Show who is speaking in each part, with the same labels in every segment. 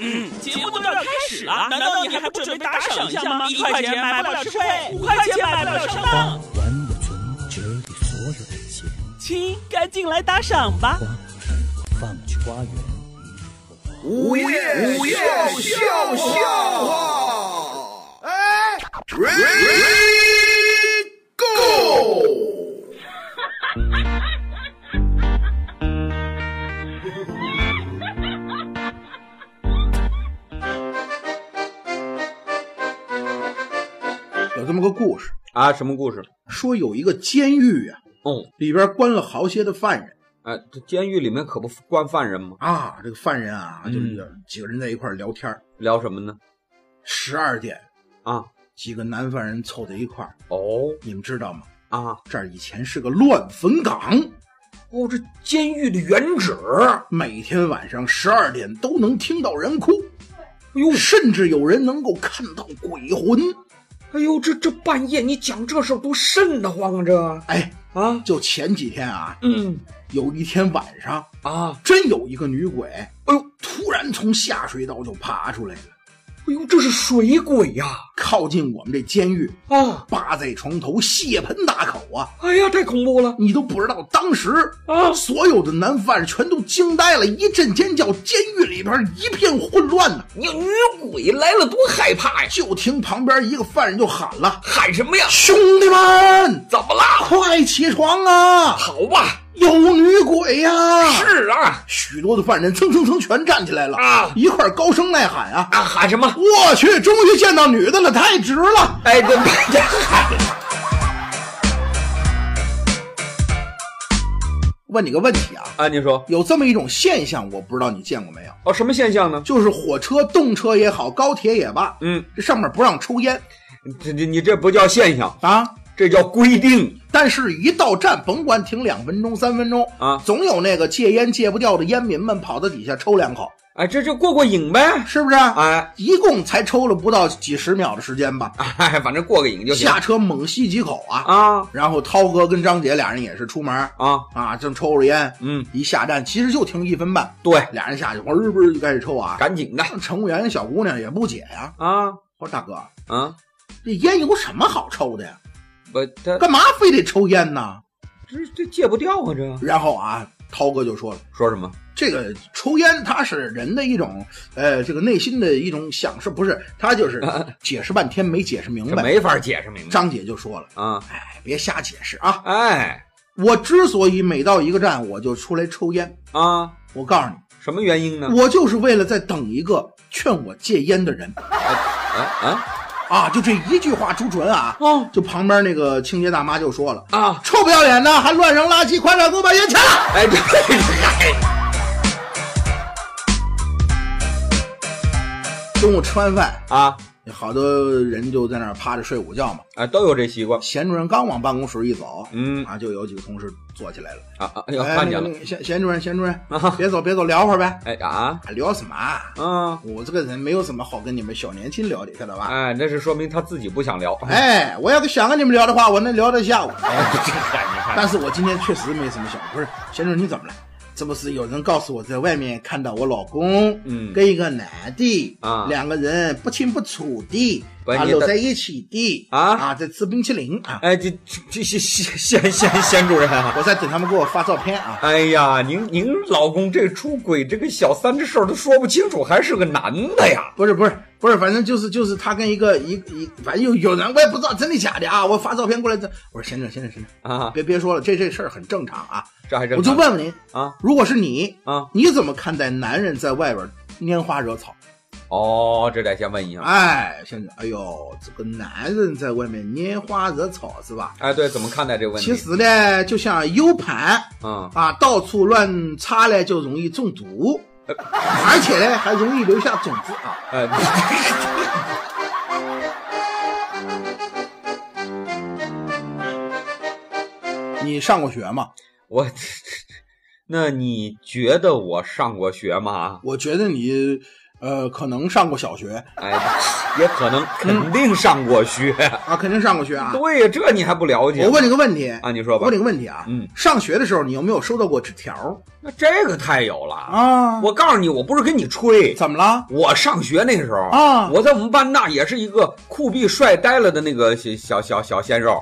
Speaker 1: 嗯，节目都要开始了，难道你还不准备打赏一下吗？一块钱买不了吃亏，五块钱买不了上
Speaker 2: 花
Speaker 1: 当。
Speaker 2: 完我存折里所有的钱，
Speaker 1: 亲，赶紧来打赏吧！
Speaker 2: 花我山，放我去花园。
Speaker 3: 午夜笑笑笑话，哎，Ready Go！
Speaker 4: 有这么个故事，
Speaker 5: 啊，什么故事？
Speaker 4: 说有一个监狱啊，
Speaker 5: 哦，
Speaker 4: 里边关了好些的犯人
Speaker 5: 哎，这监狱里面可不关犯人吗？
Speaker 4: 啊。这个犯人啊，
Speaker 5: 嗯
Speaker 4: 就是有几个人在一块儿聊天儿，
Speaker 5: 聊什么呢？
Speaker 4: 十二点，
Speaker 5: 啊，
Speaker 4: 几个男犯人凑在一块儿，
Speaker 5: 哦，
Speaker 4: 你们知道吗？
Speaker 5: 啊，
Speaker 4: 这儿以前是个乱坟岗，
Speaker 5: 哦，这监狱的原址，
Speaker 4: 每天晚上十二点都能听到人哭，
Speaker 5: 哎呦，
Speaker 4: 甚至有人能够看到鬼魂。
Speaker 5: 哎呦，这这半夜你讲这事儿多瘆得慌啊！这
Speaker 4: 哎，
Speaker 5: 啊，
Speaker 4: 就前几天啊，
Speaker 5: 嗯
Speaker 4: 有一天晚上，
Speaker 5: 啊，
Speaker 4: 真有一个女鬼，哎呦，突然从下水道就爬出来了，
Speaker 5: 哎呦，这是水鬼呀、
Speaker 4: 靠近我们这监狱。
Speaker 5: 啊！
Speaker 4: 扒在床头，血盆大口啊！
Speaker 5: 哎呀，太恐怖了
Speaker 4: 你都不知道，当时
Speaker 5: 啊！
Speaker 4: 所有的男犯全都惊呆了，一阵尖叫，监狱里边一片混乱呐、
Speaker 5: 你女鬼来了，多害怕呀！
Speaker 4: 就听旁边一个犯人就喊了
Speaker 5: 喊什么呀：“？
Speaker 4: 兄弟们，
Speaker 5: 怎么啦？
Speaker 4: 快起床啊！
Speaker 5: 好吧，
Speaker 4: 有女鬼呀、
Speaker 5: 是啊，
Speaker 4: 许多的犯人蹭蹭蹭全站起来了
Speaker 5: 啊
Speaker 4: 一块儿高声呐喊啊！
Speaker 5: 啊，喊什么？
Speaker 4: 我去，终于见到女的了，太值了！
Speaker 5: 哎，这这喊
Speaker 4: 问你个问题啊，
Speaker 5: 啊！你说
Speaker 4: 有这么一种现象，我不知道你见过没啊有？
Speaker 5: 哦，什么现象呢？
Speaker 4: 就是火车、动车也好，高铁也罢，
Speaker 5: 嗯，
Speaker 4: 这上面不让抽烟
Speaker 5: 这这你这不叫现象，
Speaker 4: 啊。
Speaker 5: 这叫规定
Speaker 4: 但是，一到站，甭管停两分钟、三分钟，
Speaker 5: 啊！
Speaker 4: 总有那个戒烟戒不掉的烟民们跑到底下抽两口，
Speaker 5: 哎，这就过过瘾呗！
Speaker 4: 是不是？
Speaker 5: 哎
Speaker 4: 一共才抽了不到几十秒的时间吧，
Speaker 5: 哎，反正过个瘾就行
Speaker 4: 下车猛吸几口啊。
Speaker 5: 啊
Speaker 4: 然后涛哥跟张姐俩人也是出门
Speaker 5: 啊！
Speaker 4: 啊，正抽着烟，
Speaker 5: 嗯，
Speaker 4: 一下站其实就停一分半，
Speaker 5: 对，
Speaker 4: 俩人下去嘣儿嘣儿就开始抽啊。
Speaker 5: 赶紧的
Speaker 4: 乘务员小姑娘也不解呀、
Speaker 5: 啊
Speaker 4: 我说大哥，
Speaker 5: 啊！
Speaker 4: 这烟有什么好抽的呀？
Speaker 5: 我他
Speaker 4: 干嘛非得抽烟呢？
Speaker 5: 这这戒不掉啊！这
Speaker 4: 然后啊，涛哥就说了，
Speaker 5: 说什么？
Speaker 4: 这个抽烟它是人的一种，呃，这个内心的一种享受，不是他就是解释半天没解释明
Speaker 5: 这
Speaker 4: 白。
Speaker 5: 没法解释明白
Speaker 4: 张姐就说了，
Speaker 5: 啊！
Speaker 4: 哎，别瞎解释啊！
Speaker 5: 哎
Speaker 4: 我之所以每到一个站我就出来抽烟，
Speaker 5: 啊，
Speaker 4: 我告诉你，
Speaker 5: 什么原因呢？
Speaker 4: 我就是为了在等一个劝我戒烟的人
Speaker 5: 啊啊
Speaker 4: 啊！就这一句话出唇啊，
Speaker 5: 哦
Speaker 4: 就旁边那个清洁大妈就说了。
Speaker 5: 啊！
Speaker 4: 臭不要脸的，还乱扔垃圾！快点给我把烟抢了！
Speaker 5: 哎， 这
Speaker 4: 中午吃完饭，
Speaker 5: 啊
Speaker 4: 好多人就在那儿趴着睡午觉嘛。
Speaker 5: 啊，都有这习惯。
Speaker 4: 闲主任刚往办公室一走，
Speaker 5: 嗯
Speaker 4: 啊，就有几个同事坐起来了。
Speaker 5: 啊啊！哎呦，
Speaker 4: 哎
Speaker 5: 看
Speaker 4: 那
Speaker 5: 见
Speaker 4: 个
Speaker 5: 了
Speaker 4: 那。个闲闲主任，闲主任，
Speaker 5: 啊
Speaker 4: 别走，别走，聊会儿呗。
Speaker 5: 哎啊
Speaker 4: 啊聊什么啊？
Speaker 5: 啊！
Speaker 4: 我这个人没有什么好跟你们小年轻聊的，晓得吧？
Speaker 5: 哎，那是说明他自己不想聊。哎，
Speaker 4: 哎，我要是想跟你们聊的话，我能聊到 下午。
Speaker 5: 这哎你看。
Speaker 4: 但是我今天确实没什么想，不是，闲主任你怎么了？这不是有人告诉我，在外面看到我老公，
Speaker 5: 嗯
Speaker 4: 跟一个男的，
Speaker 5: 啊
Speaker 4: 两个人不清不楚的，
Speaker 5: 不是
Speaker 4: 啊，
Speaker 5: 你
Speaker 4: 搂
Speaker 5: 的
Speaker 4: 在一起的，
Speaker 5: 啊
Speaker 4: 啊，在吃冰淇淋啊，
Speaker 5: 哎，这这这先先先先主任啊！
Speaker 4: 我在等他们给我发照片啊。
Speaker 5: 哎呀，您您老公这出轨这个小三这事儿都说不清楚，还是个男的呀？
Speaker 4: 不是不是不是，反正就是就是他跟一个一一，反正有有人我也不知道真的假的啊。我发照片过来的，我说先生先生先生，
Speaker 5: 啊，
Speaker 4: 别别说了，这这事儿很正常啊。
Speaker 5: 这还真
Speaker 4: 我就问问您，
Speaker 5: 啊
Speaker 4: 如果是你，
Speaker 5: 啊
Speaker 4: 你怎么看待男人在外边拈花惹草？
Speaker 5: 哦，这得先问一下。
Speaker 4: 哎，先生，哎呦，这个男人在外面拈花惹草是吧？
Speaker 5: 哎，对，怎么看待这个问题？
Speaker 4: 其实呢，就像 U 盘
Speaker 5: 嗯，
Speaker 4: 啊，到处乱插呢，就容易中毒，
Speaker 5: 呃
Speaker 4: 而且呢，还容易留下种子啊。
Speaker 5: 哎，
Speaker 4: 你上过学吗？
Speaker 5: 我， 那你觉得我上过学吗？
Speaker 4: 我觉得你呃，可能上过小学
Speaker 5: 哎，也可能
Speaker 4: 嗯
Speaker 5: 肯定上过学。
Speaker 4: 啊，肯定上过学啊。
Speaker 5: 对呀，这你还不了解？
Speaker 4: 我问你个问题
Speaker 5: 啊你说吧
Speaker 4: 我问你个问题啊，
Speaker 5: 嗯，
Speaker 4: 上学的时候你有没有收到过纸条
Speaker 5: 那这个太有了啊！
Speaker 4: 啊？
Speaker 5: 我告诉你，我不是跟你吹，
Speaker 4: 怎么了？
Speaker 5: 我上学那时候
Speaker 4: 啊
Speaker 5: 我在我们班那也是一个酷毙帅呆了的那个小小小小鲜肉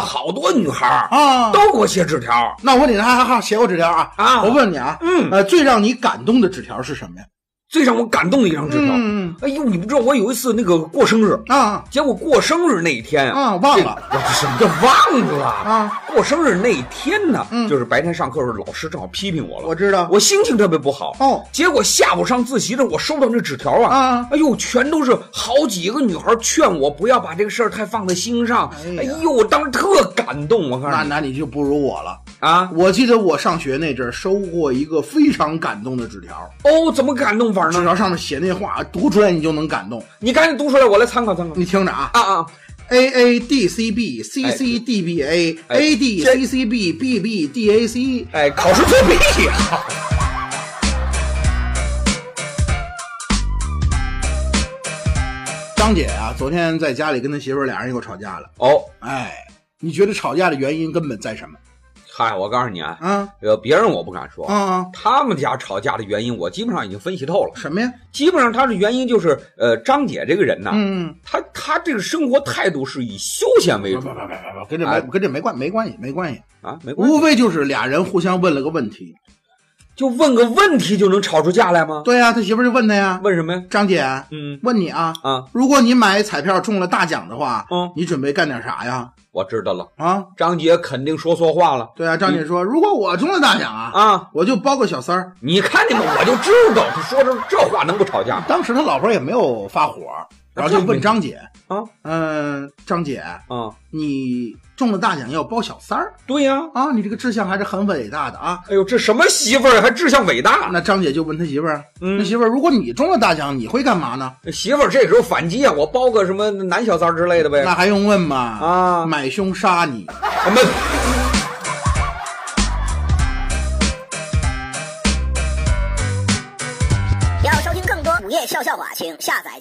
Speaker 4: 哇
Speaker 5: 好多女孩儿
Speaker 4: 啊！
Speaker 5: 都给我写纸条，
Speaker 4: 那我问你，哈哈哈，写过纸条啊？
Speaker 5: 啊
Speaker 4: 我问你啊，
Speaker 5: 嗯
Speaker 4: 呃，最让你感动的纸条是什么呀？
Speaker 5: 最让我感动的一张纸条。
Speaker 4: 嗯
Speaker 5: 哎呦，你不知道我有一次那个过生日，
Speaker 4: 啊
Speaker 5: 结果过生日那一天
Speaker 4: 啊，忘了
Speaker 5: 我什么叫忘了？
Speaker 4: 啊，
Speaker 5: 过生日那一天呢，
Speaker 4: 嗯
Speaker 5: 就是白天上课的时候，老师正好批评我了，
Speaker 4: 我知道。
Speaker 5: 我心情特别不好。
Speaker 4: 哦
Speaker 5: 结果下午上自习的时候，我收到那纸条啊，
Speaker 4: 啊
Speaker 5: 哎呦，全都是好几个女孩劝我不要把这个事儿太放在心上。
Speaker 4: 哎
Speaker 5: 哎
Speaker 4: 呀
Speaker 5: 呦，我当时特感动，我告
Speaker 4: 那
Speaker 5: 诉你
Speaker 4: 那你就不如我了。
Speaker 5: 啊，
Speaker 4: 我记得我上学那阵儿收过一个非常感动的纸条，
Speaker 5: 哦，怎么感动法
Speaker 4: 纸
Speaker 5: 呢？
Speaker 4: 条上面写那话，读出来你就能感动。
Speaker 5: 你赶紧读出来，我来参考参考。
Speaker 4: 你听着啊
Speaker 5: 啊啊，
Speaker 4: ，A A D C B C C D B A
Speaker 5: 哎
Speaker 4: A D
Speaker 5: 这
Speaker 4: C C B B B D A C，
Speaker 5: 哎，考试作弊呀、
Speaker 4: 张姐啊，昨天在家里跟她媳妇儿俩人又吵架了。
Speaker 5: 哦，
Speaker 4: 哎，你觉得吵架的原因根本在什么？
Speaker 5: 嗨，我告诉你啊，
Speaker 4: 啊
Speaker 5: 呃，别人我不敢说。
Speaker 4: 啊，
Speaker 5: 他们家吵架的原因，我基本上已经分析透了。
Speaker 4: 什么呀？
Speaker 5: 基本上他的原因就是，呃，张姐这个人呐、
Speaker 4: 嗯，
Speaker 5: 她她这个生活态度是以休闲为
Speaker 4: 不
Speaker 5: 主
Speaker 4: 不不不不，啊跟这
Speaker 5: 哎
Speaker 4: 没跟这没关没关系没关系，
Speaker 5: 啊，没关系
Speaker 4: 无，非就是俩人互相问了个问题。
Speaker 5: 就问个问题就能吵出架来吗？
Speaker 4: 对呀、他媳妇儿就问他呀，
Speaker 5: 啊问什么呀？
Speaker 4: 张姐，
Speaker 5: 嗯
Speaker 4: 问你啊，
Speaker 5: 啊，
Speaker 4: 如果你买彩票中了大奖的话，
Speaker 5: 嗯
Speaker 4: 你准备干点啥呀？
Speaker 5: 我知道了，
Speaker 4: 啊，
Speaker 5: 张姐肯定说错话了
Speaker 4: 对啊，张姐说，如果我中了大奖啊，
Speaker 5: 嗯啊！嗯
Speaker 4: 我就包个小三儿。
Speaker 5: 你看见吗？我就知道，他说这这话能不吵架吗？
Speaker 4: 当时他老婆也没有发火，然后就问张姐，
Speaker 5: 啊，
Speaker 4: 嗯、张姐，
Speaker 5: 啊，
Speaker 4: 你中了大奖要包小三儿
Speaker 5: 对呀、
Speaker 4: 啊，你这个志向还是很伟大的啊。
Speaker 5: 哎呦，这什么媳妇儿还志向伟大？
Speaker 4: 那张姐就问他媳妇儿，
Speaker 5: 嗯
Speaker 4: 那媳妇儿，如果你中了大奖，你会干嘛呢？
Speaker 5: 媳妇儿这时候反击啊，我包个什么男小三儿之类的呗
Speaker 4: 那还用问吗？
Speaker 5: 啊，
Speaker 4: 买凶杀你。
Speaker 5: 我们
Speaker 6: 要收听更多午夜笑笑话，请下载